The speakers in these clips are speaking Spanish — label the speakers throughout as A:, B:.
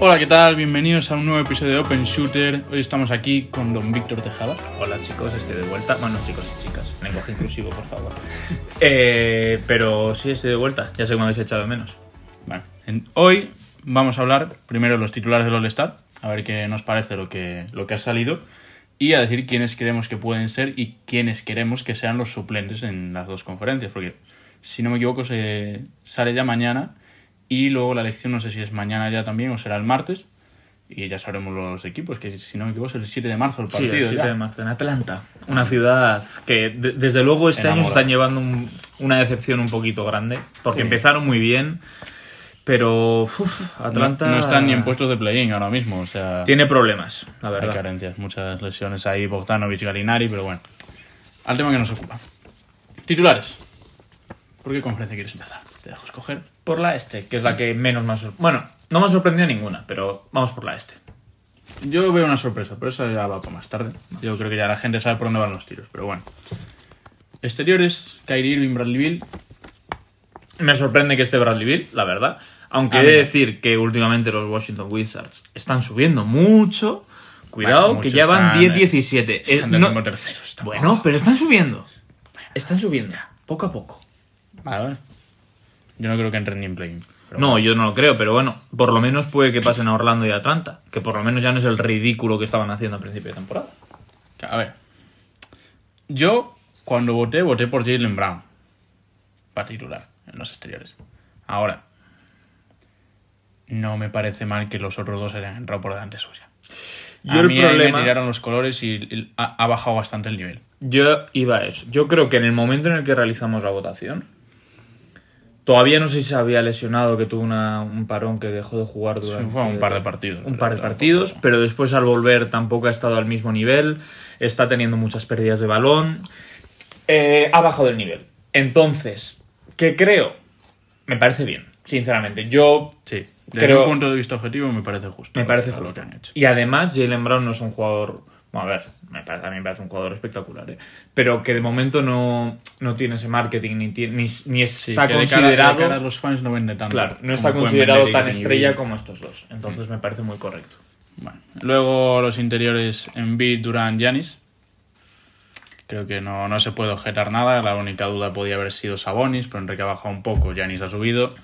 A: Hola, ¿qué tal? Bienvenidos a un nuevo episodio de Open Shooter. Hoy estamos aquí con don Víctor Tejada.
B: Hola chicos, estoy de vuelta. Bueno, chicos y chicas, lenguaje inclusivo, por favor. Eh, pero sí, estoy de vuelta. Ya sé que me habéis echado de menos.
A: Bueno, en- hoy vamos a hablar primero de los titulares del All-Star, a ver qué nos parece lo que, lo que ha salido, y a decir quiénes creemos que pueden ser y quiénes queremos que sean los suplentes en las dos conferencias, porque si no me equivoco se sale ya mañana y luego la elección no sé si es mañana ya también o será el martes. Y ya sabremos los equipos, que si no me equivoco es el 7 de marzo el
B: Sí,
A: partido.
B: el 7
A: ya.
B: de marzo en Atlanta, una ciudad que de- desde luego este año
A: Enamora.
B: están llevando un- una decepción un poquito grande, porque
A: Sí.
B: empezaron muy bien, pero uf, Atlanta
A: No, no están ni en puestos de play-in ahora mismo, o sea...
B: Tiene problemas, la
A: Hay
B: verdad.
A: carencias, muchas lesiones ahí, Bogdanovic, Galinari, pero bueno. Al tema que nos ocupa. Titulares. ¿Por qué conferencia quieres empezar? Te dejo escoger.
B: Por la este, que es la que menos me ha sorprendido. Bueno, no me ha sorprendido ninguna, pero vamos por la este.
A: Yo veo una sorpresa, pero esa ya va para más tarde. Yo creo que ya la gente sabe por dónde van los tiros, pero bueno. Exteriores, Kyrie Irving, Bradley
B: Eh,
A: Bill.
B: Me sorprende que esté Bradley Bill, la verdad. Aunque
A: Ah,
B: he de
A: mira.
B: decir que últimamente los Washington Wizards están subiendo mucho. Cuidado,
A: Bueno,
B: que
A: mucho,
B: ya van
A: están,
B: 10-17. Eh,
A: Están del
B: no-
A: mismo terceros, tampoco.
B: bueno, pero están subiendo. Están subiendo. Poco a poco.
A: Vale, vale. Yo no creo que entren ni en play.
B: No, yo no lo creo, pero bueno, por lo menos puede que pasen a Orlando y a Atlanta. Que por lo menos ya no es el ridículo que estaban haciendo al principio de temporada.
A: A ver. Yo, cuando voté, voté por Jalen Brown. Para titular en los exteriores. Ahora. No me parece mal que los otros dos hayan entrado por delante suya.
B: Yo
A: a
B: el
A: mí ahí
B: problema-
A: me tiraron los colores y el- ha, ha bajado bastante el nivel.
B: Yo iba a eso. Yo creo que en el momento en el que realizamos la votación, todavía no sé si se había lesionado, que tuvo una- un parón que dejó de jugar durante.
A: fue un par de partidos,
B: Un
A: pero
B: par de
A: tampoco-
B: partidos, pero después al volver tampoco ha estado al mismo nivel, está teniendo muchas pérdidas de balón, eh, ha bajado el nivel. Entonces, ¿qué creo? Me parece bien, sinceramente. Yo
A: Sí. Desde
B: creo,
A: un punto de vista objetivo me parece justo.
B: me parece
A: lo
B: justo.
A: que han hecho.
B: Y además, Jalen Brown no es un jugador. Bueno, a ver, me parece, a mí me parece un jugador espectacular, ¿eh? Pero que de momento no, no tiene ese marketing, ni, tiene- ni, ni
A: Sí,
B: está
A: que de cara- de
B: considerado.
A: cara a los fans no vende tanto.
B: claro, no
A: como
B: está
A: pueden
B: considerado
A: vender
B: tan
A: Irving y
B: estrella
A: Bill.
B: como estos dos. Entonces me parece muy correcto.
A: Bueno, luego los interiores Embiid, Durant, Yanis. Creo que no, no se puede objetar nada. La única duda podía haber sido Sabonis, pero Enrique ha bajado un poco. Yanis ha subido.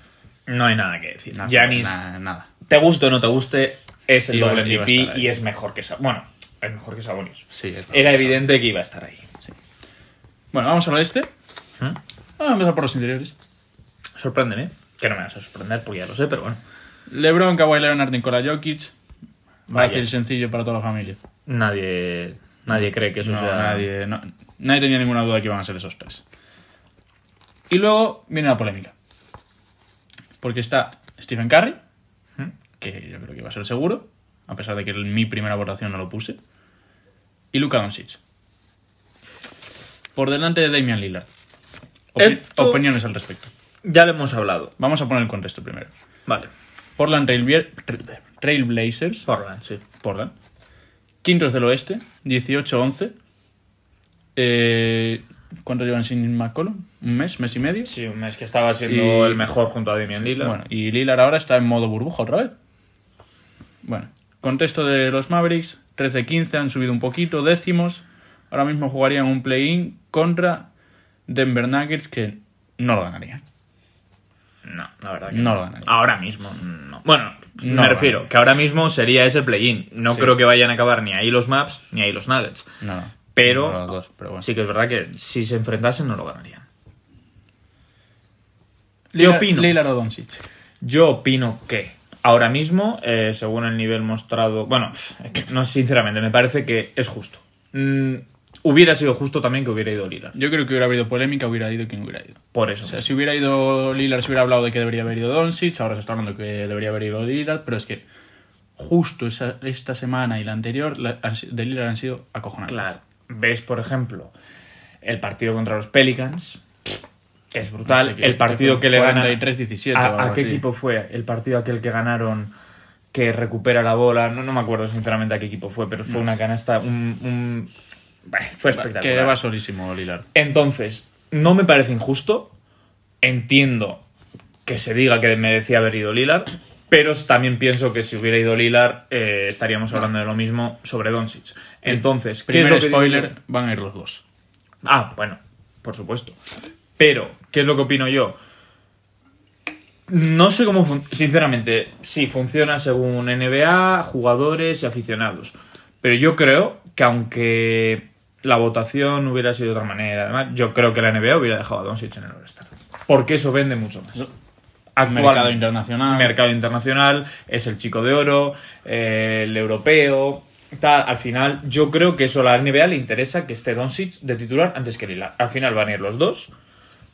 B: No hay nada que decir.
A: Nada,
B: Giannis,
A: Nada. nada.
B: te guste o no te guste, es el
A: Iba-
B: doble
A: iba a
B: MVP
A: estar ahí.
B: y es mejor que Sabonis. Bueno, es mejor que Sabonis.
A: Sí, es verdad.
B: Era evidente que iba a estar ahí.
A: Bueno, vamos al oeste.
B: ¿Mm?
A: Vamos a empezar por los interiores.
B: Sorpréndeme. Que no me vas a sorprender porque ya lo sé, pero bueno.
A: LeBron, Kawhi Leonard, Nikola Jokic.
B: Vaya.
A: Fácil, sencillo para toda la familia.
B: Nadie, nadie cree que eso
A: No,
B: sea.
A: nadie, no- nadie tenía ninguna duda que iban a ser esos tres. Y luego viene la polémica. Porque está Stephen Curry,
B: ¿Mm?
A: que yo creo que va a ser seguro, a pesar de que en mi primera votación no lo puse. Y Luka Doncic. Por delante de Damian Lillard. Opi-
B: Esto-
A: Opiniones al respecto.
B: Ya lo hemos hablado.
A: Vamos a poner el contexto primero.
B: Vale.
A: Portland Trailbie- Tra- Trailblazers
B: Portland, sí.
A: Portland. Quintos del oeste, 18-11. Eh, ¿Cuánto llevan sin McCollum? ¿Un mes? ¿Mes y medio?
B: Sí, un mes que estaba
A: siendo el
B: mejor junto a Damian Lillard.
A: Bueno, y Lillard ahora está en modo burbuja otra vez. Bueno, contexto de los Mavericks, 13-15, han subido un poquito, décimos. Ahora mismo jugarían un play-in contra Denver Nuggets, que no lo ganarían.
B: no, la verdad que
A: No lo ganan.
B: Ahora mismo, no. Bueno,
A: No
B: me
A: lo
B: refiero,
A: ganan.
B: que ahora mismo sería ese play-in. No
A: Sí.
B: creo que vayan a acabar ni ahí los maps ni ahí los nuggets.
A: No, no.
B: Pero-
A: No los dos, pero bueno.
B: Sí que es verdad que si se enfrentasen no lo ganarían. ¿Qué
A: Lillard-
B: opino?
A: Lillard o Doncic.
B: Yo opino que ahora mismo, eh, según el nivel mostrado, bueno, es que no sinceramente, me parece que es justo. Mm, hubiera sido justo también que hubiera ido Lillard.
A: Yo creo que hubiera habido polémica, hubiera ido quien hubiera ido.
B: Por eso.
A: O sea, si hubiera ido Lillard, se hubiera hablado de que debería haber ido Doncic, ahora se está hablando que debería haber ido Lillard, pero es que justo esa- esta semana y la anterior la- han si- de Lillard han sido acojonantes.
B: Claro. Ves, por ejemplo, el partido contra los Pelicans, que es brutal.
A: No sé qué-
B: el
A: qué
B: partido
A: fue,
B: que le ganan.
A: 43-17 o
B: ¿A,
A: algo
B: a qué
A: así.
B: equipo fue? El partido aquel que ganaron, que recupera la bola. No, no me acuerdo sinceramente a qué equipo fue, pero fue una canasta. Un, un- Bah, Fue espectacular.
A: Mm. Que va solísimo Lillard.
B: Entonces, no me parece injusto. Entiendo que se diga que merecía haber ido Lillard. Pero también pienso que si hubiera ido Lilar, eh, estaríamos hablando de lo mismo sobre Doncic. Entonces, ¿qué es
A: Primer
B: lo que digo
A: spoiler,
B: yo?
A: van a ir los dos.
B: Ah, bueno, por supuesto. Pero, ¿qué es lo que opino yo? No sé cómo. fun- Sinceramente, sí, funciona según NBA, jugadores y aficionados. Pero yo creo que aunque la votación hubiera sido de otra manera, además, yo creo que la NBA hubiera dejado a Doncic en el All-Star. Porque eso vende mucho más. Actualmente.
A: Mercado internacional.
B: Mercado internacional, es el chico de oro, eh, el europeo, tal. Al final, yo creo que eso a la NBA le interesa que esté Doncic de titular antes que Lillard. Al final van a ir los dos,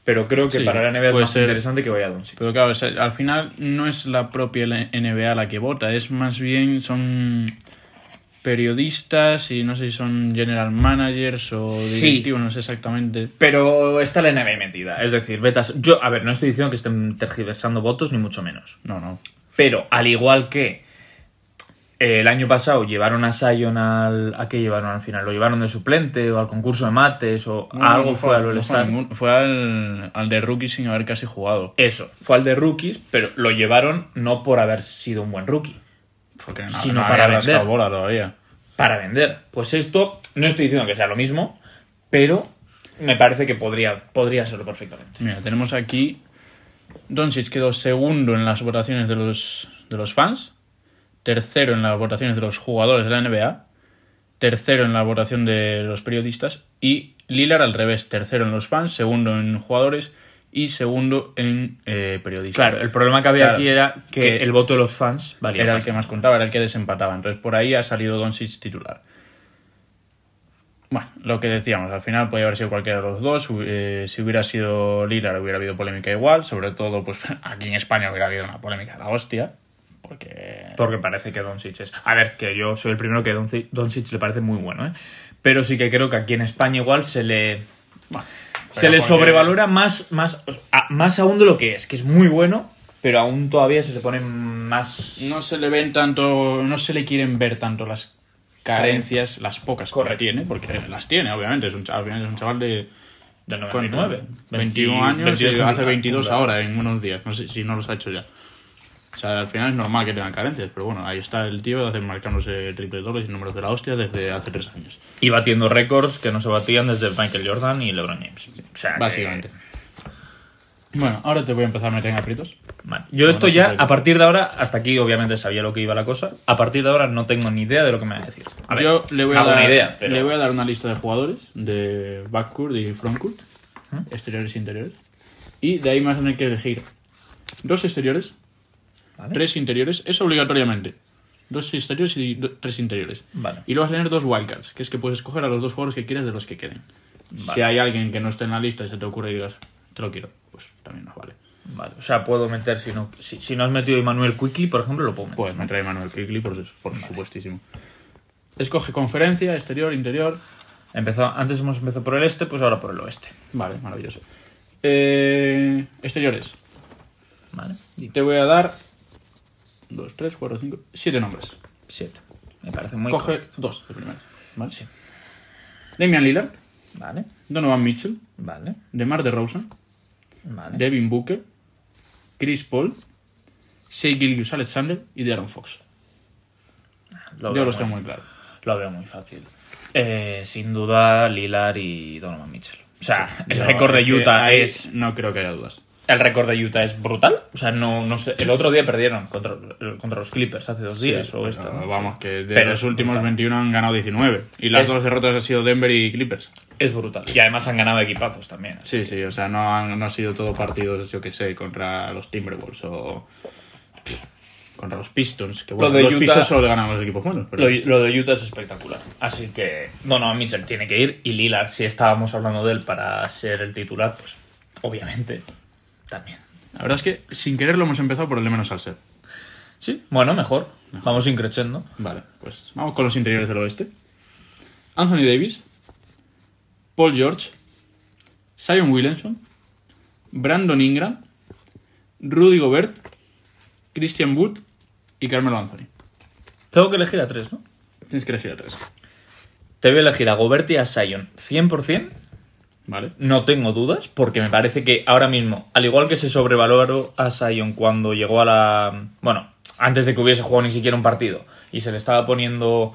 B: pero creo que
A: Sí,
B: para la NBA es
A: puede
B: más
A: ser.
B: interesante que vaya Doncic.
A: Pero claro, o sea, al final no es la propia la- NBA la que vota, es más bien son periodistas y no sé si son general managers o
B: Sí.
A: directivos, no sé exactamente.
B: Pero está la NBA metida, es decir, vetas. Yo, a ver, no estoy diciendo que estén tergiversando votos, ni mucho menos.
A: No, no.
B: Pero al igual que eh, el año pasado llevaron a Sion al. ¿A qué llevaron al final? ¿Lo llevaron de suplente o al concurso de mates o a algo
A: No
B: fue al
A: no fue
B: All-Star?
A: ningún- fue al, al de rookie sin haber casi jugado.
B: Eso, fue al de rookies, pero lo llevaron no por haber sido un buen rookie,
A: Porque no, no
B: Sino para
A: había rascado
B: vender.
A: bola todavía.
B: para vender. Pues esto, no estoy diciendo que sea lo mismo, pero me parece que podría, podría serlo perfectamente.
A: Mira, tenemos aquí. Doncic quedó segundo en las votaciones de los, de los fans. Tercero en las votaciones de los jugadores de la NBA. Tercero en la votación de los periodistas. Y Lillard al revés. Tercero en los fans. Segundo en jugadores. Y segundo en eh, periodistas.
B: Claro, el problema que había
A: Claro,
B: aquí era que,
A: que-
B: el voto de los fans valía
A: Era el
B: más.
A: que más contaba, era el que desempataba. Entonces por ahí ha salido Doncic titular. Bueno, lo que decíamos, al final podía haber sido cualquiera de los dos. Hu- eh, si hubiera sido Lillard hubiera habido polémica igual. Sobre todo, pues aquí en España hubiera habido una polémica de la hostia. Porque...
B: Porque parece que Doncic es... A ver, que yo soy el primero que Doncic, Doncic le parece muy bueno, ¿eh? Pero sí que creo que aquí en España igual se le... Se
A: Pero
B: le
A: porque-
B: sobrevalora más, más, o sea, a- más aún de lo que es, que es muy bueno, pero aún todavía se le pone más...
A: No se le ven tanto, no se le quieren ver tanto las carencias, las pocas
B: Correcto.
A: que tiene, porque las tiene, obviamente. Es un, cha- al final es un chaval de
B: Del 99.
A: 29, 21 años,
B: 22
A: y hace
B: cumplirá,
A: 22
B: cumplirá.
A: ahora, en unos días. No sé si no los ha hecho ya. O sea, al final es normal que tengan carencias, pero bueno, ahí está el tío de hacer marcándose triple dobles y números de la hostia desde hace tres años.
B: Y batiendo récords que no se batían desde Michael Jordan y LeBron James. O sea, que-
A: Básicamente. Bueno, ahora te voy a empezar a meter en aprietos.
B: Vale. Yo esto
A: no,
B: ya,
A: siempre-
B: a partir de ahora, hasta aquí obviamente sabía lo que iba la cosa. A partir de ahora no tengo ni idea de lo que me va a decir. A ver,
A: Yo le voy a,
B: hago
A: dar,
B: una idea, pero
A: le voy a dar una lista de jugadores de backcourt y frontcourt, exteriores e interiores. Y de ahí más van a tener que elegir dos exteriores,
B: Vale.
A: tres interiores, eso obligatoriamente. Dos exteriores y do- tres interiores.
B: Vale.
A: Y luego vas a tener dos wildcards, que es que puedes escoger a los dos jugadores que quieres de los que queden. Si hay alguien que no esté en la lista y se te ocurre y digas, te lo quiero, pues también nos vale.
B: Vale, O sea, puedo meter, si no, si, si no has metido a Manuel Quickly, por ejemplo, lo puedo meter.
A: Pues me trae Manuel Kikli, por, su- por supuestísimo. Escoge conferencia, exterior, interior.
B: Empezó- antes hemos empezado por el este, pues ahora por el oeste.
A: Vale, maravilloso. Eh, exteriores.
B: Vale,
A: Te voy a dar 2, 3, 4, 5, 7 nombres.
B: siete. Me parece muy
A: Coge
B: correcto.
A: dos de primera. ¿Vale?
B: Sí.
A: Damian Lillard,
B: Vale,
A: Donovan Mitchell,
B: vale,
A: DeMar DeRozan,
B: vale.
A: Devin Booker, Chris Paul, Shea Gilgius Alexander y Darren Fox.
B: Lo
A: Yo
B: veo
A: los tengo
B: muy-
A: muy claro.
B: Lo veo muy fácil. Eh, sin duda, Lilar y Donovan Mitchell. O sea, el
A: Yo
B: récord
A: es
B: de
A: que
B: Utah
A: ahí
B: es.
A: No creo que haya dudas.
B: El récord de Utah es brutal. O sea, no, no sé. El otro día perdieron contra, contra los Clippers hace dos días o
A: Pero
B: esto. ¿no?
A: Vamos,
B: Sí.
A: que de
B: Pero
A: los
B: es
A: últimos
B: brutal.
A: 21 han ganado 19. Y las
B: Es-
A: dos derrotas han sido Denver y Clippers.
B: Es brutal. Y además han ganado equipazos también.
A: Sí, sí, o sea, no, han, no ha sido todo partidos, yo que sé, contra los Timberwolves o contra los Pistons. Que bueno,
B: Lo de
A: los
B: Utah-
A: Pistons solo le ganan a los equipos buenos. Pero...
B: Lo, lo de Utah es espectacular. Así que Donovan Mitchell tiene que ir. Y Lilar, si estábamos hablando de él para ser el titular, pues obviamente también.
A: La verdad es que sin querer lo hemos empezado por el de menos al ser.
B: Sí, bueno, mejor. Vamos increchendo.
A: Vale, pues vamos con los interiores del oeste. Anthony Davis, Paul George, Zion Williamson, Brandon Ingram, Rudy Gobert, Christian Wood y Carmelo Anthony.
B: Tengo que elegir a tres, ¿no?
A: Tienes que elegir a tres.
B: Te voy a elegir a Gobert y a Sion 100%,
A: ¿vale?
B: No tengo dudas, porque me parece que ahora mismo, al igual que se sobrevaloró a Sion cuando llegó a la. Bueno, antes de que hubiese jugado ni siquiera un partido, y se le estaba poniendo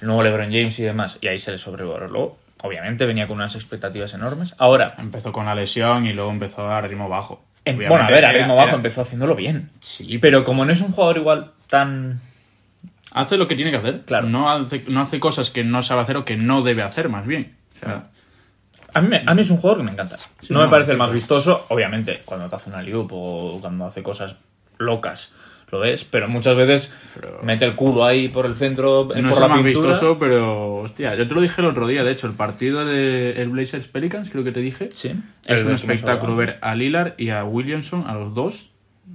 B: el nuevo LeBron James y demás, y ahí se le sobrevaloró. Obviamente venía con unas expectativas enormes. Ahora,
A: Empezó con la lesión y luego empezó a ritmo bajo.
B: em-
A: Obviamente,
B: bueno, a ver, a
A: era-
B: ritmo bajo
A: era-
B: empezó haciéndolo bien.
A: Sí, pero
B: Pero como no es un jugador igual tan.
A: hace lo que tiene que hacer.
B: Claro.
A: No hace, no hace cosas que no sabe hacer o que no debe hacer, más bien. O sea,
B: A mí, me- a mí es un jugador que me encanta. no,
A: no,
B: me parece el más
A: sí.
B: vistoso, obviamente, cuando te hace una liup o cuando hace cosas locas, lo ves, pero muchas veces
A: Pero-
B: mete el culo ahí por el centro, eh,
A: no
B: por
A: es
B: la
A: el más
B: pintura.
A: vistoso, pero. Hostia, yo te lo dije el otro día, de hecho, el partido de el Blazers Pelicans, creo que te dije.
B: Sí. El
A: Es
B: que
A: un
B: hemos
A: espectáculo
B: hablado.
A: ver a Lillard y a Williamson, a los dos,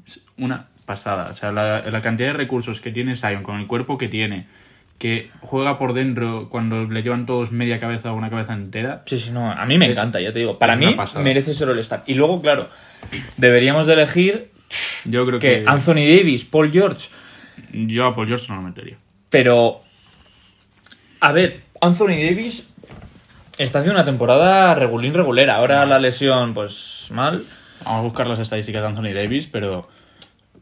A: es una pasada. O sea, la, la cantidad de recursos que tiene Zion con el cuerpo que tiene, que juega por dentro cuando le llevan todos media cabeza o una cabeza entera.
B: Sí, sí, no, a mí me
A: Es-
B: encanta, ya te digo. Para
A: es
B: mí
A: una pasada.
B: merece ser el star Y luego, claro, deberíamos de elegir
A: Yo creo
B: que
A: que,
B: Anthony Davis, Paul George,
A: yo a Paul George no lo metería.
B: pero... A ver, Anthony Davis está haciendo una temporada regulín regulera. Ahora la lesión, pues mal.
A: Vamos a buscar las estadísticas de Anthony Davis, pero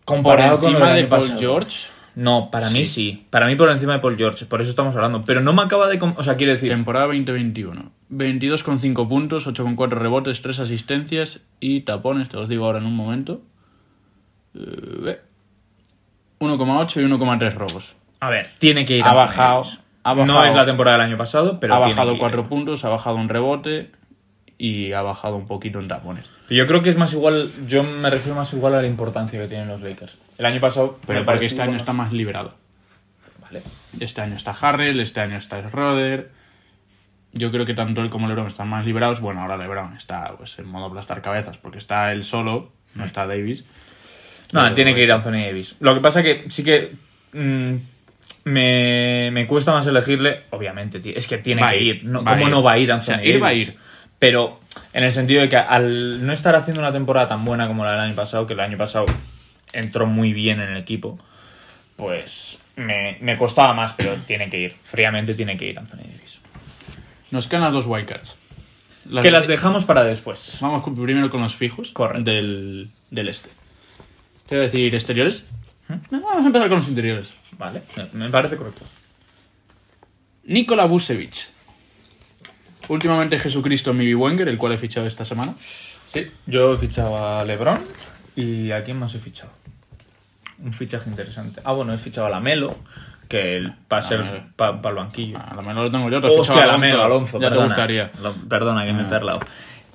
B: Comparado
A: por
B: con lo
A: encima
B: del
A: de
B: año
A: Paul
B: pasado.
A: George,
B: No, para mí sí. Para mí por encima de Paul George. Por eso estamos hablando. Pero no me acaba de... com- O sea, quiero decir...
A: temporada 2021. 22,5 puntos, 8,4 rebotes, 3 asistencias y tapones, te los digo ahora en un momento. Eh, 1,8 y 1,3 robos.
B: A ver, tiene que ir.
A: Ha
B: Anthony
A: bajado-
B: Davis.
A: ha bajado-
B: No es la temporada del año pasado, pero...
A: ha
B: tiene que
A: bajado
B: ir.
A: 4 puntos, ha bajado un rebote y ha bajado un poquito en tapones.
B: Yo creo que es más igual... Yo me refiero más igual a la importancia que tienen los Lakers. El año pasado...
A: Pero porque
B: me parece
A: este
B: igual
A: año
B: más-
A: está más liberado.
B: Vale.
A: Este año está Harrell, este año está Schroeder. Yo creo que tanto él como LeBron están más liberados. Bueno, ahora LeBron está pues, en modo aplastar cabezas porque está él solo, no está Davis.
B: No,
A: Pero
B: tiene que
A: pues-
B: ir Anthony Davis. Lo que pasa que sí que... mm, me, me cuesta más elegirle, obviamente, tío. Es que tiene
A: Va a
B: que
A: ir,
B: ir. No,
A: va a
B: ¿Cómo
A: ir.
B: no va a ir
A: O
B: Anthony
A: sea, ir va a
B: Davis?
A: ir.
B: Pero en el sentido de que al no estar haciendo una temporada tan buena como la del año pasado, que el año pasado entró muy bien en el equipo, pues me, me costaba más, pero tiene que ir. Fríamente tiene que ir Anthony Davis.
A: Nos quedan las dos wildcards. Las
B: Que las dejamos para después.
A: Vamos con- primero con los fijos
B: Correcto.
A: Del, del este. Te voy a decir exteriores. Vamos a empezar con los interiores.
B: Vale, me me parece correcto.
A: Nikola Vucevic. Últimamente Jesucristo Mibi Wenger, el cual he fichado esta semana.
B: Sí, yo he fichado a LeBron. ¿Y a quién más he fichado? Un fichaje interesante. Ah, bueno, he fichado a Lamelo, que el- va a ser
A: Lamelo.
B: para el banquillo.
A: A la menor Ah, lo tengo yo. te he fichado
B: Hostia,
A: a
B: Lamelo, Alonso.
A: Ya te
B: perdona.
A: gustaría. Ah.
B: Lo- perdona que me he perlado.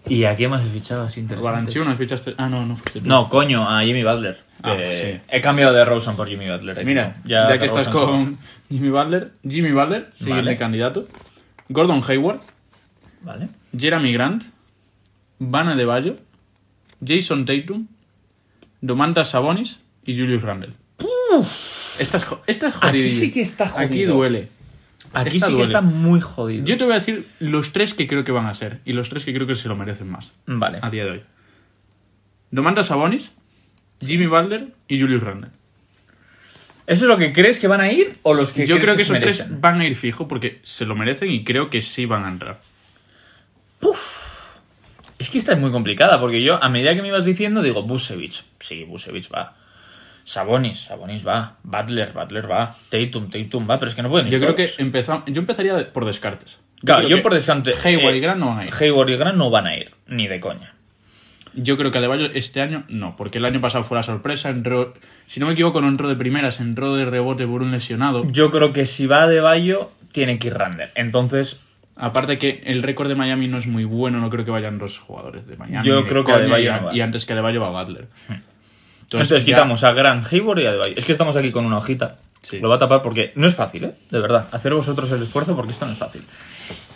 B: ¿Y a quién más he fichado? Así interesante.
A: Balanchunas fichaste. Ah, no, no. fuiste tú.
B: No, coño, a Jimmy Butler.
A: Ah,
B: que
A: sí.
B: He cambiado de Rosen por Jimmy Butler. eh,
A: Mira,
B: tío.
A: ya,
B: de
A: que estás
B: Rosen
A: con Jimmy Butler, Jimmy Butler, siguiente
B: Vale.
A: candidato. Gordon Hayward,
B: solo- Vale.
A: Jeremy Grant, Vana de Bayo, Jason Tatum, Domantas Sabonis y Julius Randle. Estás, jo- estás
B: Aquí
A: jodido.
B: sí que está
A: Aquí
B: jodido.
A: duele.
B: Aquí
A: Esta
B: sí que
A: duele.
B: está muy jodido.
A: Yo te voy a decir los tres que creo que van a ser y los tres que creo que se lo merecen más
B: Vale.
A: a día de hoy. Domantas Sabonis, Jimmy Butler y Julius Randle.
B: ¿Eso es lo que crees que van a ir o los que
A: Yo
B: crees
A: creo que
B: se
A: esos tres
B: merecen?
A: van a ir fijo porque se lo merecen y creo que sí van a entrar.
B: Es que esta es muy complicada, porque yo, a medida que me ibas diciendo, digo, Busevich. Sí, Busevich va. Sabonis, Sabonis va. Butler, Butler va. Tatum, Tatum va. Pero es que no pueden ir
A: Yo creo que
B: todos.
A: empeza- yo empezaría por descartes.
B: Claro,
A: creo
B: yo
A: que
B: por descante.
A: Hayward
B: eh,
A: y Grant no van a ir.
B: Hayward y Grant no van a ir, ni de coña.
A: Yo creo que Adebayo este año no, porque el año pasado fue la sorpresa. Entró, si no me equivoco, no entró de primeras, entró de rebote por un lesionado.
B: Yo creo que si va de Bayo, tiene que ir Randall. Entonces,
A: Aparte que el récord de Miami no es muy bueno, no creo que vayan dos jugadores de Miami.
B: Yo
A: de
B: creo que
A: coña,
B: Adebayo
A: y,
B: no va. Hmm.
A: y antes que Adebayo va Butler. Entonces, ya-
B: entonces quitamos a Grant, Hayward y a de Bayo. Es que estamos aquí con una hojita.
A: Sí.
B: Lo va a tapar porque no es fácil, ¿eh? De verdad. Hacer vosotros el esfuerzo porque esto no es fácil.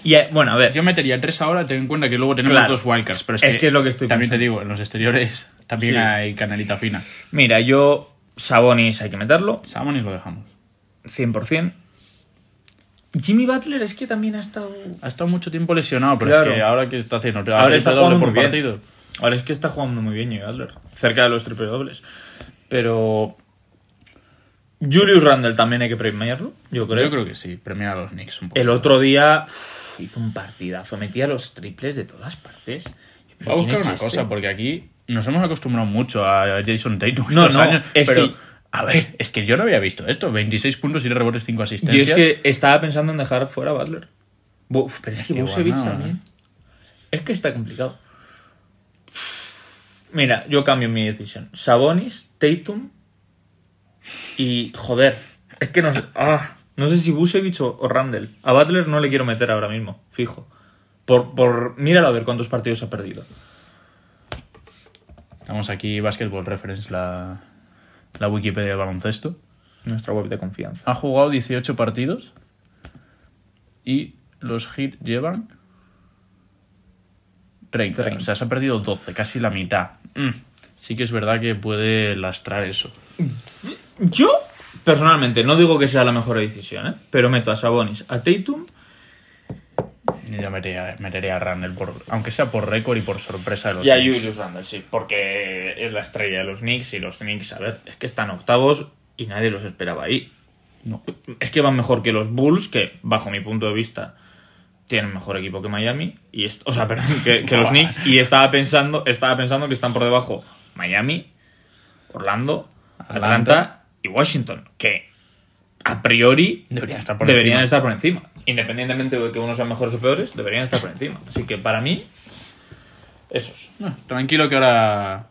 B: Y eh, bueno, a ver.
A: Yo metería tres ahora, ten en cuenta que luego tenemos
B: Claro.
A: dos wildcards. Pero es,
B: Es que es lo que estoy
A: También te
B: pensando.
A: digo, en los exteriores también
B: Sí.
A: hay canelita fina.
B: Mira, yo. Sabonis hay que meterlo.
A: Sabonis lo dejamos.
B: 100%. Jimmy Butler es que también ha estado...
A: Ha estado mucho tiempo lesionado, pero
B: Claro.
A: es que ahora que está haciendo
B: Ahora
A: triple
B: está
A: doble
B: jugando
A: por
B: muy bien.
A: partido.
B: Ahora es que está jugando muy bien Jimmy Butler. Cerca de los triple dobles. Pero... Julius Randle también hay que premiarlo, yo creo.
A: Yo creo que sí, premiar a los Knicks un poco.
B: El otro día uf, hizo un partidazo, metía los triples de todas partes. Pero
A: Voy a
B: ¿quién
A: buscar
B: es
A: una
B: este?
A: cosa, porque aquí nos hemos acostumbrado mucho a Jason Tatum
B: No,
A: estos
B: no,
A: años,
B: es
A: pero...
B: que-
A: A ver, es que yo no había visto esto. 26 puntos, 7 rebotes, 5
B: Yo
A: asistencias.
B: es que estaba pensando en dejar fuera a Butler. Bu- uf, pero es, que,
A: que
B: Vucevic
A: bueno,
B: también. Es que está complicado. Mira, yo cambio mi decisión. Sabonis, Tatum y joder, es que no sé, ah, no sé si Busevich o, o Randall. A Butler no le quiero meter ahora mismo, fijo. Por, por míralo a ver cuántos partidos ha perdido.
A: Estamos aquí, Basketball Reference, la, la Wikipedia del baloncesto.
B: Nuestra web de confianza.
A: Ha jugado 18 partidos y los Heat llevan 30.
B: 30.
A: O sea, se han perdido 12, casi la mitad. Mm. Sí que es verdad que puede lastrar eso.
B: Yo, personalmente, no digo que sea la mejor decisión, ¿eh? pero meto a Sabonis, a Tatum
A: Yo ya metería, metería a Randall, por, aunque sea por récord y por sorpresa de los
B: Y a
A: Knicks.
B: Julius Randle, sí, porque es la estrella de los Knicks y los Knicks, a ver, es que están octavos y nadie los esperaba ahí.
A: No.
B: Es que van mejor que los Bulls, que bajo mi punto de vist,a tienen mejor equipo que Miami, y est- o sea, perdón, que, que los Knicks, y estaba pensando, estaba pensando que están por debajo Miami, Orlando, Atlanta,
A: Atlanta.
B: y Washington, que a priori
A: Deberían estar por
B: deberían
A: encima.
B: estar por encima. Independientemente de que unos sean mejores o peores, deberían estar por encima. Así que para mí, esos.
A: No, Ah, tranquilo que ahora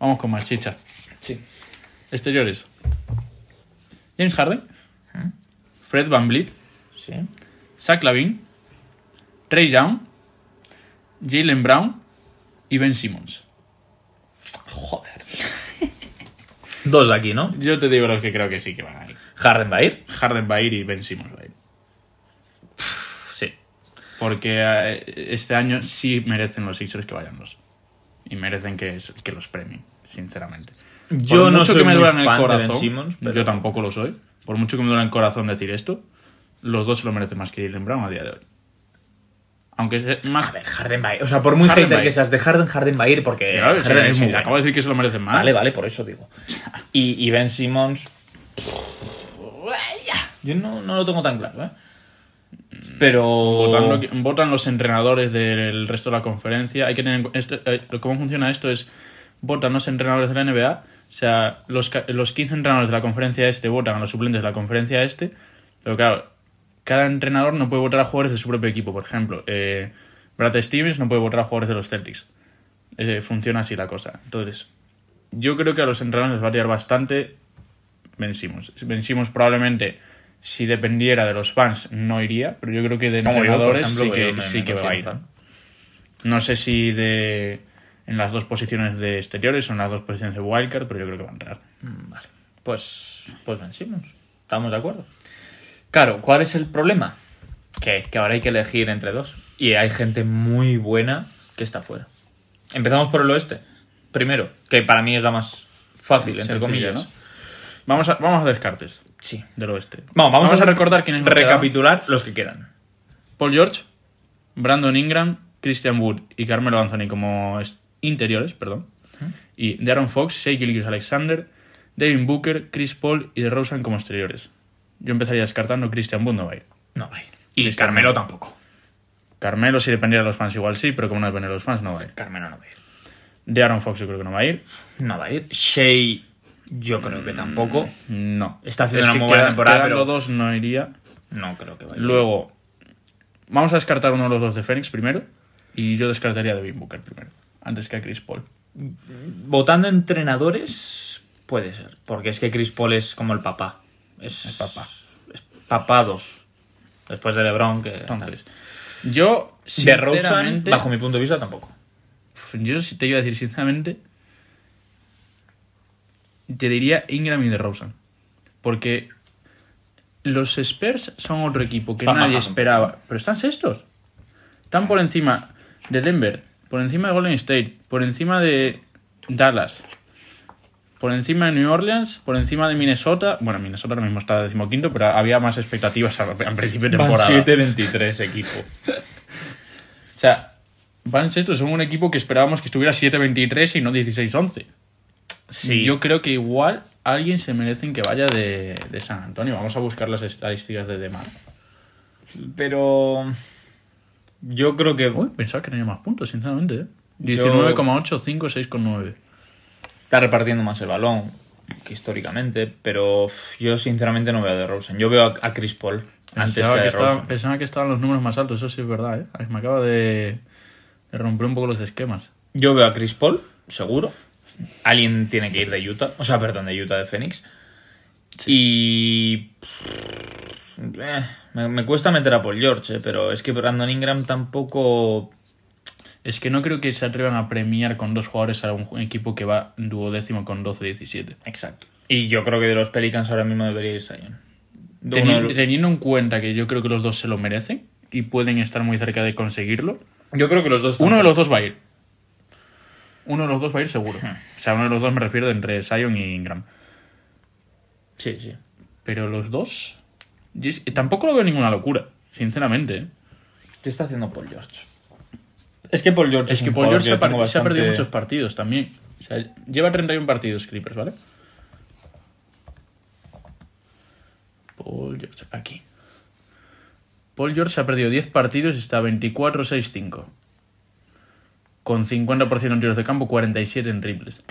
A: vamos con más chicha.
B: Sí.
A: Exteriores. James Harden. Fred Van Vliet.
B: Sí.
A: Zach Lavin, Trey Young, Jalen Brown y Ben Simmons.
B: Joder. Dos aquí, ¿no?
A: Yo te digo los que creo que sí que van a ir.
B: Harden va a ir.
A: Harden va a ir y Ben Simmons va a ir.
B: Sí.
A: Porque eh, este año sí merecen los Sixers que vayan los. Y merecen que, que los premien, sinceramente.
B: Yo
A: Por
B: no
A: mucho
B: soy
A: que me
B: muy
A: duela en el
B: fan de Ben
A: corazón,
B: Simmons, pero-
A: yo tampoco lo soy. Por mucho que me duela en el corazón decir esto, los dos se lo merecen más que Jalen Brown a día de hoy. Aunque es más...
B: A ver, Harden va a ir. O sea, por muy
A: Harden
B: hater
A: va a
B: que
A: ir.
B: seas de Harden, Harden va a ir porque
A: Claro, sí,
B: Harden es
A: sí,
B: muy
A: acabo
B: bueno.
A: de decir que se lo merecen más.
B: Vale, vale, por eso digo. Y, y Ben Simmons... Yo no, no lo tengo tan claro, ¿eh? Pero...
A: Votan, lo que- votan los entrenadores del resto de la conferencia. Hay que tener en cu- esto- eh, cómo funciona esto es votan los entrenadores de la NBA, o sea, los, ca- los 15 entrenadores de la conferencia este votan a los suplentes de la conferencia este, pero claro, cada entrenador no puede votar a jugadores de su propio equipo, por ejemplo, eh, Brad Stevens no puede votar a jugadores de los Celtics. Eh, funciona así la cosa. Entonces, yo creo que a los entrenadores les va a tirar bastante vencimos. Vencimos probablemente, si dependiera de los fans, no iría, pero yo creo que de
B: Como yo, por
A: entrenadores
B: ejemplo,
A: sí
B: yo
A: que,
B: me-
A: sí
B: me
A: que va a ir.
B: considero fan.
A: No sé si de en las dos posiciones de exteriores o en las dos posiciones de wildcard, pero yo creo que va a entrar.
B: Mm, Vale. Pues, pues Ben Simmons. Estamos de acuerdo. Claro, ¿cuál es el problema? Que, que ahora hay que elegir entre dos. Y hay gente muy buena que está fuera. Empezamos por el oeste. Primero, que para mí es la más fácil, entre
A: Sencilla,
B: comillas.
A: ¿no? Vamos a, vamos a descartes
B: Sí.
A: del oeste.
B: Vamos, vamos,
A: a, recordar quiénes nos quedaban.
B: Recapitular los que quedan.
A: Paul George, Brandon Ingram, Christian Wood y Carmelo Anthony como es- interiores, perdón. Y de Aaron Fox, Shea Gilgis Alexander, Devin Booker, Chris Paul y de Rosen como exteriores. Yo empezaría descartando Christian Wood no va a ir.
B: No va a ir. Y
A: Cristian
B: Carmelo
A: no.
B: tampoco.
A: Carmelo, si dependiera de los fans, igual sí, pero como no depende de los fans, no va a ir.
B: Carmelo no va a ir.
A: De Aaron Fox, yo creo que no va a ir.
B: No va a ir. Shea, yo creo
A: Mm.
B: que tampoco.
A: No.
B: Está haciendo
A: Es
B: una
A: que
B: muy buena
A: queda-
B: temporada,
A: quedando
B: pero-
A: dos no iría.
B: No creo que vaya.
A: Luego, vamos a descartar uno de los dos de Phoenix primero. Y yo descartaría a Devin Booker primero, antes que a Chris Paul.
B: Votando entrenadores, puede ser. Porque es que Chris Paul es como el papá. Es,
A: El papá.
B: Es papá dos. Después de LeBron, que.
A: Entonces, yo,
B: de Rosen,
A: sinceramente...
B: bajo mi punto de vista, tampoco.
A: Uf, Yo si te iba a decir sinceramente, te diría Ingram y DeRozan. Porque los Spurs son otro equipo que
B: Están
A: nadie
B: bajando.
A: esperaba. Pero están sextos. Están por encima de Denver, por encima de Golden State, por encima de Dallas, por encima de New Orleans, por encima de Minnesota. Bueno, Minnesota ahora mismo está decimoquinto, pero había más expectativas al al principio de temporada.
B: 7-23 equipo.
A: O sea, van sextos, son un equipo que esperábamos que estuviera 7-23 y no 16-11.
B: Sí.
A: Yo creo que igual alguien se merecen que vaya de, de San Antonio. Vamos a buscar las estadísticas de Demar.
B: Pero. Yo creo que.
A: Uy, pensaba que tenía más puntos, sinceramente. ¿eh? 19,8, 5, 6,9.
B: está repartiendo más el balón que históricamente, pero uf, yo sinceramente no veo a DeRozan. Yo veo a, a Chris Paul antes que a
A: Pensaba que, estaba-
B: DeRozan.
A: pensaba que estaban los números más altos, eso sí es verdad. ¿eh? Ay, Me acaba de, de romper un poco los esquemas.
B: Yo veo a Chris Paul, seguro. Alguien tiene que ir de Utah, o sea, perdón, de Utah, de Phoenix. Y... pff, eh, me, me cuesta meter a Paul George, eh, pero es que Brandon Ingram tampoco...
A: Es que no creo que se atrevan a premiar con dos jugadores a un ju- equipo que va duodécimo con 12-17.
B: Exacto. Y yo creo que de los Pelicans ahora mismo debería ir Zion. De uno de
A: Teni-
B: los-
A: Teniendo en cuenta que yo creo que los dos se lo merecen y pueden estar muy cerca de conseguirlo,
B: Yo creo que los dos...
A: uno de los dos va a ir. Uno de los dos va a ir seguro. O sea, uno de los dos me refiero entre Sion y Ingram.
B: Sí, sí.
A: Pero los dos... y es- Tampoco lo veo ninguna locura, sinceramente. ¿eh?
B: ¿Qué está haciendo Paul George? Es que Paul George
A: Es que
B: un
A: Paul
B: jugador
A: George se, ha
B: yo
A: par-
B: tengo
A: se ha perdido
B: bastante-
A: muchos partidos también. O sea, lleva 31 partidos Clippers, ¿vale? Paul George, aquí. Paul George se ha perdido 10 partidos y está a 24-6-5. Con 50% en tiros de campo, 47 en triples.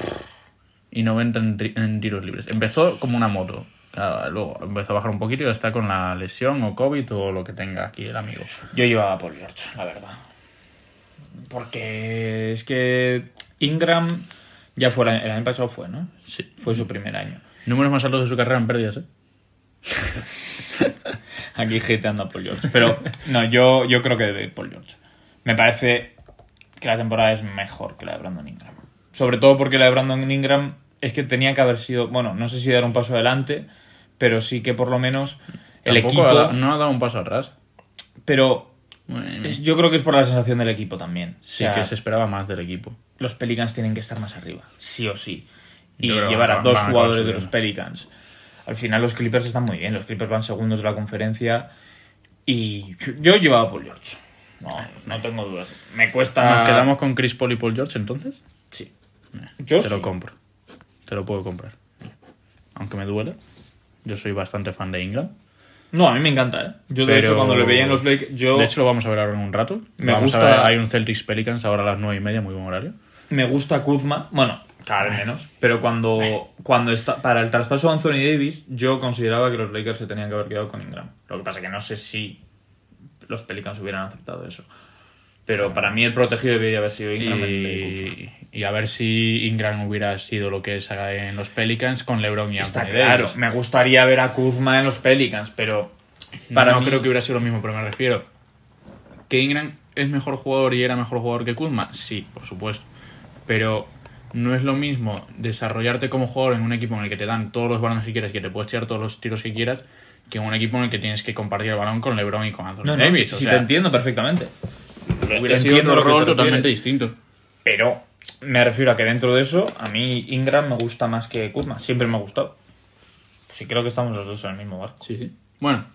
A: Y 90 en, tri- en tiros libres. Empezó como una moto. Ah, Luego empezó a bajar un poquito y ahora está con la lesión o COVID o lo que tenga aquí el amigo.
B: Yo llevaba por George, la verdad. Porque es que Ingram ya fue el año, el año pasado fue, ¿no?
A: Sí.
B: Fue su primer año.
A: Números más altos de su carrera en pérdidas, ¿eh?
B: Aquí hateando a Paul George. Pero no, yo, yo creo que debe ir Paul George. Me parece que la temporada es mejor que la de Brandon Ingram. Sobre todo porque la de Brandon Ingram es que tenía que haber sido, bueno, no sé si dar un paso adelante, pero sí que por lo menos el
A: Tampoco
B: equipo...
A: ha da- no ha dado un paso atrás.
B: Pero
A: Bueno,
B: es- yo creo que es por la sensación del equipo también. O
A: sí
B: sea,
A: que se esperaba más del equipo.
B: los Pelicans tienen que estar más arriba, sí o sí. Y
A: Yo creo que
B: llevar a
A: van-
B: dos
A: van a acabar
B: jugadores de los
A: subiendo.
B: Pelicans. Al final los Clippers están muy bien, los Clippers van segundos de la conferencia y yo llevaba por George. No, no tengo dudas. Me cuesta...
A: ¿Nos quedamos con Chris Paul y Paul George entonces?
B: Sí. Yo
A: Te
B: sí.
A: lo compro. Te lo puedo comprar. Aunque me duele. Yo soy bastante fan de Ingram.
B: No, a mí me encanta, ¿eh? Yo de
A: Pero-
B: hecho cuando le veía en los Lakers, yo
A: De hecho, lo vamos a ver ahora en un rato.
B: Me
A: Vamos a
B: gusta-
A: ver- hay un Celtics Pelicans ahora a las 9 y media, muy buen horario.
B: me gusta Kuzma. Bueno, cada vez menos. Pero cuando, cuando está, para el traspaso de Anthony Davis, yo consideraba que los Lakers se tenían que haber quedado con Ingram. Lo que pasa es que no sé si los Pelicans hubieran aceptado eso. Pero para mí el protegido debería haber sido Ingram. en vez de Kuzma.
A: Y, y a ver si Ingram hubiera sido lo que es ahora en los Pelicans con LeBron y
B: Está
A: Anthony
B: claro,
A: Davis.
B: me gustaría ver a Kuzma en los Pelicans, pero para
A: no
B: mí-
A: creo que hubiera sido lo mismo, pero me refiero. ¿Que Ingram es mejor jugador y era mejor jugador que Kuzma? Sí, por supuesto. Pero no es lo mismo desarrollarte como jugador en un equipo en el que te dan todos los balones que quieras, que te puedes tirar todos los tiros que quieras, que en un equipo en el que tienes que compartir el balón con LeBron y con Anthony
B: no, no,
A: Davis.
B: si,
A: o
B: si
A: sea,
B: te entiendo perfectamente.
A: hubiera
B: Entiendo
A: sido otro
B: lo que te
A: rol
B: refieres.
A: totalmente distinto.
B: Pero me refiero a que dentro de eso, a mí Ingram me gusta más que Kuzma. Siempre me ha gustado. Sí, creo que estamos los dos en el mismo barco.
A: Sí, sí. Bueno,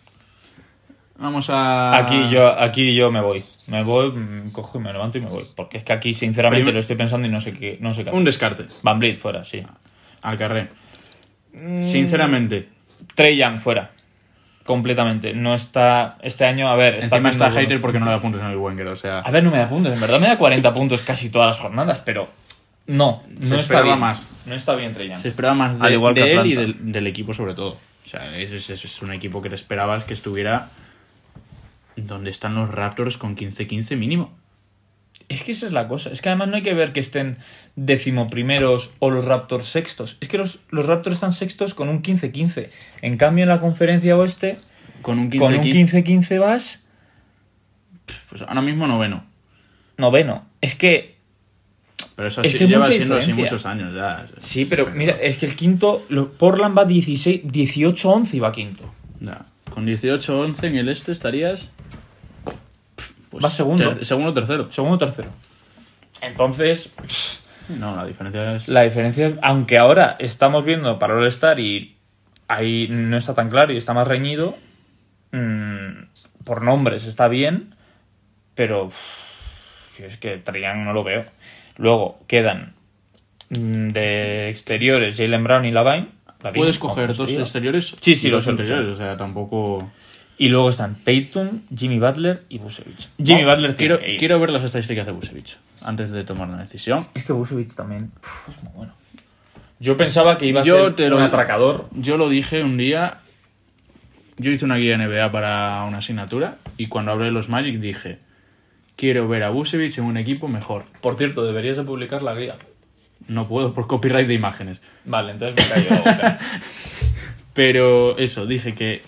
A: vamos a.
B: Aquí yo, aquí yo me voy. Me voy, mm, cojo y me levanto y me voy. Porque es que aquí, sinceramente,
A: Primer-
B: lo estoy pensando y no sé qué. No sé qué.
A: Un descarte
B: Van Vliet fuera, sí.
A: al carré.
B: Mm.
A: Sinceramente,
B: Trey Young fuera. Completamente. No está. Este año, a ver. Está
A: encima está
B: haciendo
A: hater
B: bueno.
A: porque no le da puntos en el Wenger, o sea.
B: A ver, no me da puntos. En verdad me da 40 puntos casi todas las jornadas, pero. No, no está
A: esperaba
B: bien.
A: más.
B: No está bien Trey Young.
A: Se esperaba más de,
B: Al igual que
A: de él y
B: Atlanta.
A: del, del equipo sobre todo. O sea, es, es- es un equipo que te esperabas que estuviera donde están los Raptors con 15-15 mínimo.
B: Es que esa es la cosa. Es que además no hay que ver que estén decimoprimeros o los Raptors sextos. Es que los, los Raptors están sextos con un 15-15. En cambio, en la conferencia oeste,
A: Con un 15-15.
B: con un 15-15 vas
A: pues ahora mismo noveno.
B: noveno. Es que,
A: Pero eso
B: Es
A: así-
B: que
A: lleva
B: mucha
A: siendo así
B: diferencia.
A: muchos años ya.
B: sí, pero mira, eh. es que el quinto, lo- Portland va 16, 18-11 y va quinto.
A: Ya. Con 18-11 en el este estarías... Pues,
B: Vas segundo.
A: ter- segundo o tercero.
B: Segundo, tercero. Entonces,
A: No, la diferencia es...
B: la diferencia es, aunque ahora estamos viendo para All Star y ahí no está tan claro y está más reñido, mm, por nombres está bien, pero uff, si es que Trian no lo veo. Luego quedan Mm, De exteriores, Jalen Brown y Lavine. Lavine,
A: Puedes
B: vamos,
A: coger dos
B: tío.
A: exteriores
B: Sí, sí,
A: y
B: lo
A: dos
B: sé, lo sé.
A: interiores. O sea, tampoco.
B: Y luego están Peyton, Jimmy Butler y Busevich. Jimmy
A: Bueno,
B: Butler tiene
A: quiero,
B: que ir.
A: quiero ver las estadísticas de Busevich antes de tomar una decisión.
B: Es que Busevich también puf, es muy bueno. Yo pensaba que iba a
A: Yo
B: ser
A: te lo-
B: un atracador.
A: Yo lo dije un día. Yo hice una guía NBA para una asignatura y cuando hablé de los Magic dije: Quiero ver a Busevich en un equipo mejor.
B: Por cierto, deberías de publicar la guía.
A: No puedo por copyright de imágenes.
B: Vale, entonces me cayó.
A: Pero eso, dije que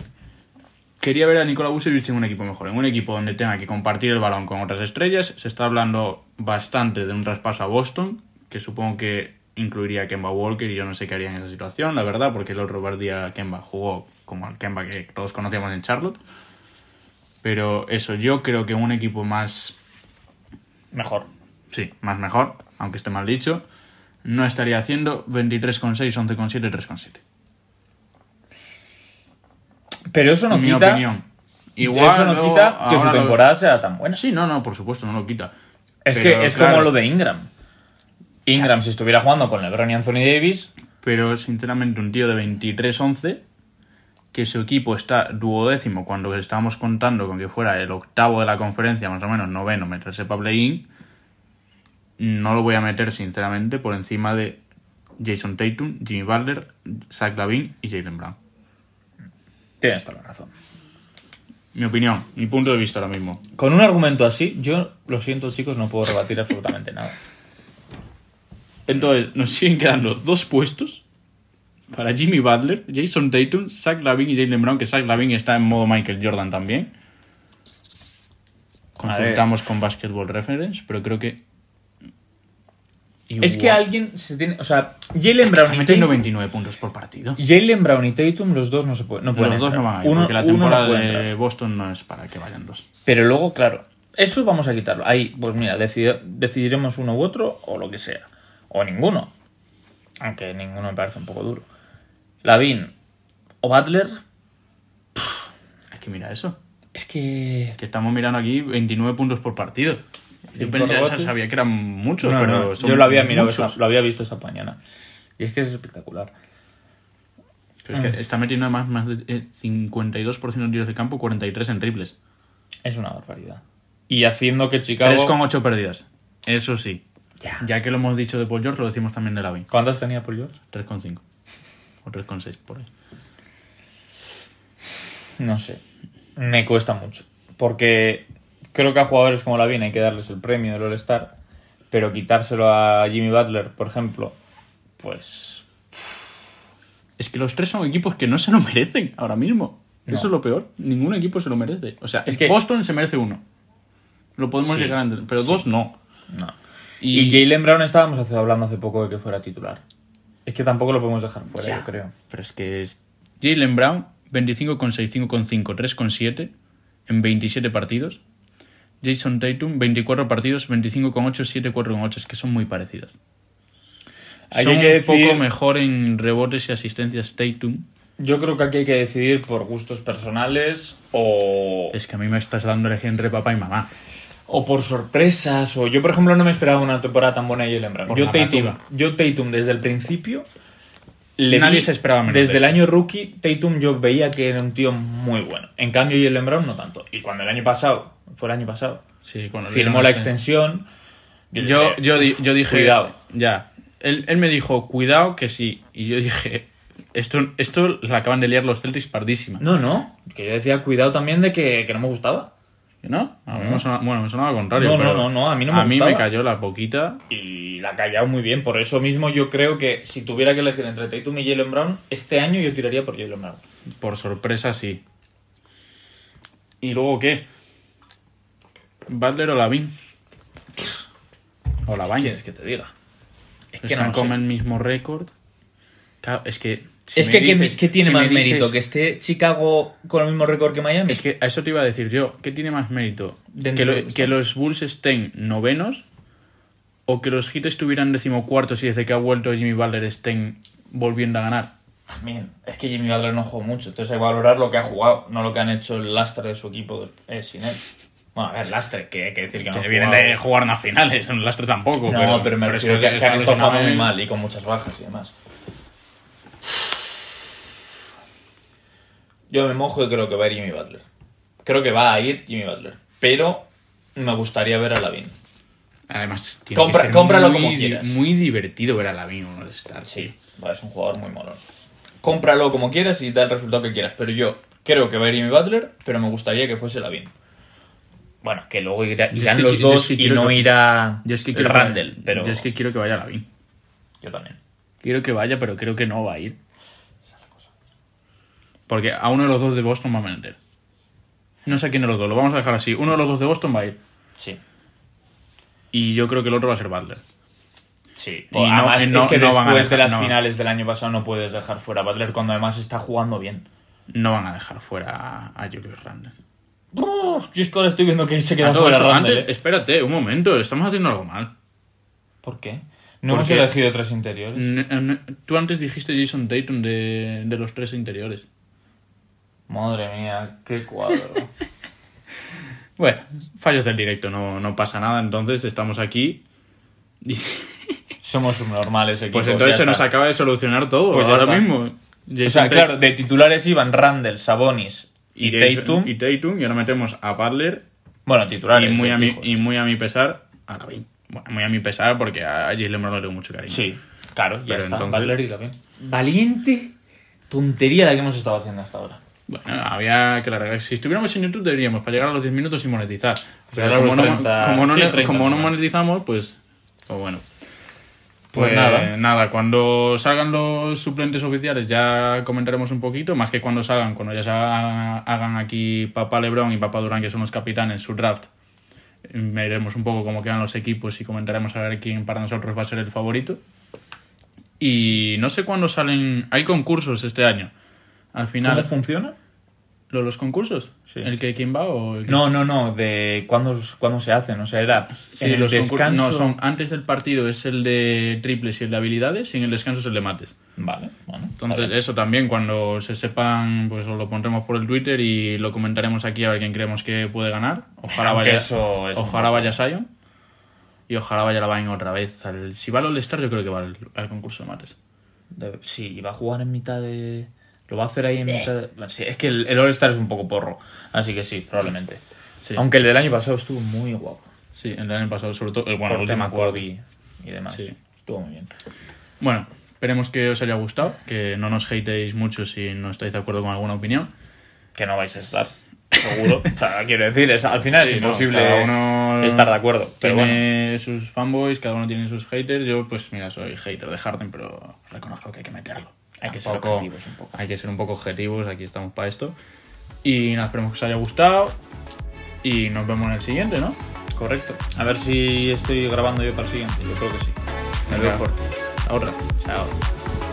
A: quería ver a Nikola Vucevic en un equipo mejor, en un equipo donde tenga que compartir el balón con otras estrellas. Se está hablando bastante de un traspaso a Boston, que supongo que incluiría a Kemba Walker y yo no sé qué haría en esa situación, la verdad, porque el otro día Kemba jugó como el Kemba que todos conocíamos en Charlotte. Pero eso, yo creo que un equipo más
B: Mejor.
A: Sí, más mejor, aunque esté mal dicho. No estaría haciendo 23,6, 11,7, 3,7.
B: Pero eso no
A: Mi
B: quita.
A: opinión.
B: eso no
A: luego,
B: quita que su
A: ahora lo-
B: temporada sea tan buena.
A: Sí, no, no, por supuesto, no lo quita.
B: Es
A: Pero,
B: que es
A: claro,
B: como lo de Ingram. Ingram, si estuviera jugando con LeBron y Anthony Davis,
A: Pero, sinceramente, un tío de 23-11, que su equipo está duodécimo cuando estábamos contando con que fuera el octavo de la conferencia, más o menos, noveno, meterse para play-in, no lo voy a meter, sinceramente, por encima de Jason Tatum, Jimmy Butler, Zach Lavin y Jalen Brown.
B: tienes toda la razón.
A: Mi opinión, mi punto de vista ahora mismo.
B: Con un argumento así, yo lo siento, chicos, no puedo rebatir absolutamente nada.
A: Entonces, nos siguen quedando dos puestos para Jimmy Butler, Jason Tatum, Zach Lavin y Jalen Brown, que Zach Lavin está en modo Michael Jordan también. Consultamos con Basketball Reference, pero creo que...
B: Es que alguien se tiene. O sea, Jalen Brown y
A: meten
B: Tatum.
A: 99 puntos por partido.
B: Jalen Brown y Tatum, los dos no se pueden. No pueden
A: Los dos
B: entrar.
A: no van a ir,
B: Uno-
A: porque la
B: uno no
A: temporada
B: puede
A: de
B: entrar.
A: Boston no es para que vayan dos.
B: Pero luego, claro, eso vamos a quitarlo. Ahí, pues mira, decidi- decidiremos uno u otro o lo que sea. O ninguno. Aunque ninguno me parece un poco duro. Lavin o Butler.
A: Es que mira eso,
B: Es que.
A: que estamos mirando aquí 29 puntos por partido. Yo
B: Cinco
A: pensaba,
B: rebotes.
A: sabía que eran muchos,
B: No,
A: pero
B: no,
A: son
B: yo lo había mirado,
A: muchos.
B: esta- lo había visto esta mañana. Y es que es espectacular.
A: Pero
B: Ah.
A: es que está metiendo además más de eh, 52% en tiros de campo, 43 en triples.
B: Es una barbaridad. Y haciendo que Chicago.
A: 3,8 pérdidas. Eso sí.
B: Ya.
A: Ya que lo hemos dicho de Paul George, lo decimos también de Lavin.
B: ¿Cuántas tenía por George?
A: 3,5. O 3,6 por ahí.
B: No sé. Me cuesta mucho. Porque creo que a jugadores como Lavin hay que darles el premio del All-Star. Pero quitárselo a Jimmy Butler, por ejemplo, pues.
A: Es que los tres son equipos que no se lo merecen ahora mismo.
B: No.
A: Eso es lo peor. Ningún equipo se lo merece. O sea,
B: Es que-
A: Boston se merece uno. Lo podemos
B: Sí.
A: llegar a entender. Pero dos no.
B: No.
A: Y-
B: Y, Jalen Brown estábamos hace- hablando hace poco de que fuera titular. Es que tampoco lo podemos dejar fuera,
A: Ya.
B: yo creo.
A: Pero es que es... Jalen Brown, 25,6, 5,5, 3,7 en 27 partidos. Jason Tatum, 24 partidos, 25,8, 7, 4,8. Es que son muy parecidas.
B: Ahí
A: son
B: hay que
A: un
B: decir-
A: poco mejor en rebotes y asistencias Tatum.
B: Yo creo que aquí hay que decidir por gustos personales o,
A: Es que a mí me estás dando el ejemplo de papá y mamá.
B: o por sorpresas. O yo, por ejemplo, no me esperaba una temporada tan buena de Jalen Brown.
A: Por
B: Yo Tatum,
A: narrativa.
B: yo Tatum desde el principio.
A: Nadie se esperaba menos
B: Desde
A: de
B: el
A: esto.
B: año rookie, Tatum yo veía que era un tío muy bueno. En cambio, Jalen Brown no tanto. Y cuando el año pasado, fue el año pasado,
A: Sí, cuando
B: firmó
A: vieron
B: la
A: ese-
B: extensión.
A: Yo,
B: dije,
A: yo, di- yo dije.
B: Cuidado.
A: Ya. Él, él me dijo, cuidado que sí. Y yo dije, esto, esto la acaban de liar los Celtics pardísima.
B: No, no. Que yo decía cuidado también de que, que no me gustaba.
A: ¿No? A mí me sonaba, bueno, me sonaba al contrario.
B: No, no,
A: pero
B: no, no, a mí no me
A: A mí
B: gustaba.
A: me cayó la boquita.
B: y la ha callado muy bien. Por eso mismo yo creo que si tuviera que elegir entre Tatum y Jalen Brown, este año yo tiraría por Jalen Brown.
A: Por sorpresa, sí. ¿Y luego qué? ¿Butler o Lavín? O Lavín.
B: ¿Quieres que te diga? Es que
A: Están
B: no
A: con
B: comen.
A: el mismo récord. Claro, es que. si
B: Es
A: me
B: que, ¿qué-
A: dices-
B: ¿qué tiene
A: si me
B: más
A: dices-
B: mérito? ¿Que esté Chicago con el mismo récord que Miami?
A: Es que a eso te iba a decir yo. ¿Qué tiene más mérito?
B: Dentro
A: Que, lo-
B: de lo que
A: que
B: está.
A: los Bulls estén novenos o que los Heat estuvieran decimocuartos y desde que ha vuelto Jimmy Butler estén volviendo a ganar.
B: También. Es que Jimmy Butler no jugó mucho, entonces hay que valorar lo que ha jugado, no lo que han hecho el lastre de su equipo eh, sin él. Bueno, a ver, lastre, que hay que decir que, no.
A: Que
B: han
A: vienen
B: jugado.
A: de jugar una final, es un lastre tampoco.
B: No, pero, me
A: es
B: refiero que, que han
A: les
B: estado jugando muy
A: lesionaban.
B: mal y con muchas bajas y demás. Yo me mojo y creo que va a ir Jimmy Butler. Creo que va a ir Jimmy Butler. Pero me gustaría ver a Lavin.
A: Además, tiene que
B: Compra-
A: ser
B: cómpralo
A: muy
B: como
A: di-
B: quieras.
A: Muy divertido ver a Lavín en un All-Star.
B: Sí, vale, es un jugador muy molón. Cómpralo como quieras y da el resultado que quieras. Pero yo creo que va a ir Jimmy Butler, pero me gustaría que fuese Lavin. Bueno, que luego irá-
A: es
B: irán
A: que-
B: los
A: yo es
B: dos
A: que
B: y
A: quiero
B: no
A: que-
B: irá
A: Yo es que
B: el
A: quiero
B: Randall.
A: que,
B: pero
A: Yo es que quiero que vaya Lavín.
B: yo también.
A: Quiero que vaya, pero creo que no va a ir. Porque a uno de los dos de Boston va a meter. No sé a quién de los dos, lo vamos a dejar así. Uno de los dos de Boston va a ir.
B: Sí.
A: Y yo creo que el otro va a ser Butler.
B: Sí,
A: Y no-
B: además
A: y no-
B: es que
A: no
B: después
A: van a
B: de
A: dejar-
B: las
A: no.
B: finales del año pasado no puedes dejar fuera a Butler cuando además está jugando bien.
A: No van a dejar fuera a- a Julius Randle.
B: Yo es que ahora estoy viendo que se
A: A
B: queda
A: todo
B: fuera
A: esto,
B: Randle.
A: antes-
B: ¿eh?
A: espérate, un momento, estamos haciendo algo mal.
B: ¿Por qué? No hemos
A: Porque-
B: elegido tres interiores.
A: N- eh, n- Tú antes dijiste Jason Tatum de, de los tres interiores. Mm.
B: Madre mía, qué cuadro.
A: Bueno, fallos del directo, no, no pasa nada. Entonces estamos aquí.
B: Somos subnormales equipos.
A: Pues entonces
B: ya
A: se nos
B: está.
A: acaba de solucionar todo.
B: Pues ya
A: ahora
B: está.
A: mismo.
B: O sea,
A: Jason Tatum
B: claro, de titulares iban Randall, Sabonis y,
A: Jason-
B: Tatum.
A: Y Tatum, y ahora metemos a Butler.
B: Bueno, titulares.
A: y, muy
B: de
A: a mi,
B: fijos.
A: y muy a mi pesar, a Lavin. Bueno, muy a mi pesar porque a Jalen Brown le tengo mucho cariño.
B: Sí, claro, ya
A: Pero
B: está.
A: entonces-
B: Butler y Lavin. Valiente tontería la que hemos estado haciendo hasta ahora.
A: Bueno, había que largar. Si estuviéramos en YouTube deberíamos para llegar a los 10 minutos y monetizar. Pero
B: Llegar a
A: como,
B: los
A: no,
B: 30,
A: como no-
B: sí, 30
A: como no
B: nomás.
A: monetizamos, pues... o bueno. Pues,
B: Pues nada.
A: nada. cuando salgan los suplentes oficiales ya comentaremos un poquito, más que cuando salgan, cuando ya se haga- hagan aquí papá Lebron y papá Durán, que son los capitanes, su draft, veremos un poco cómo quedan los equipos y comentaremos a ver quién para nosotros va a ser el favorito. Y no sé cuándo salen, hay concursos este año. Al final,
B: ¿Cómo funciona?
A: ¿lo- los concursos?
B: Sí.
A: ¿El que quién va o el que...
B: No, no, no, de cuándo, cuándo se hacen, o sea, era
A: Sí,
B: en el
A: los concur-
B: descanso.
A: No, son antes del partido es el de triples y el de habilidades y en el descanso es el de mates.
B: Vale, bueno.
A: Entonces,
B: vale.
A: eso también, cuando se sepan, pues os lo pondremos por el Twitter y lo comentaremos aquí a ver quién creemos que puede ganar. Ojalá
B: Aunque
A: vaya,
B: eso es un
A: ojalá
B: poco-
A: vaya Sion y ojalá vaya la Vine otra vez. al- si va al All-Star, yo creo que va al, al concurso de mates.
B: De- sí, va a jugar en mitad de... Lo va a hacer ahí en mitad de... bueno, sí, es que el, el All-Star es un poco porro, así que sí, probablemente.
A: Sí,
B: Aunque el del año pasado estuvo muy guapo.
A: sí, el año pasado, sobre todo. eh, Bueno,
B: Por
A: el
B: tema
A: último cuarto.
B: Cordy y demás.
A: Sí.
B: Estuvo muy bien.
A: Bueno, esperemos que os haya gustado, que no nos hateéis mucho si no estáis de acuerdo con alguna opinión.
B: Que no vais a estar, seguro. o sea, quiero decir, es- al final
A: Sí,
B: es
A: no,
B: imposible
A: cada uno
B: estar de acuerdo. Pero bueno,
A: tiene sus fanboys, cada uno tiene sus haters. Yo, pues mira, soy hater de Harden, pero reconozco que hay que meterlo. Hay que, ser
B: Tampoco-
A: objetivos un poco. hay que ser un poco objetivos, aquí estamos para esto. Y nada, esperemos que os haya gustado. Y nos vemos en el siguiente, ¿no?
B: correcto. A ver si estoy grabando yo para el siguiente, yo creo que sí. Me veo
A: Venga.
B: fuerte.
A: Ahora. Chao.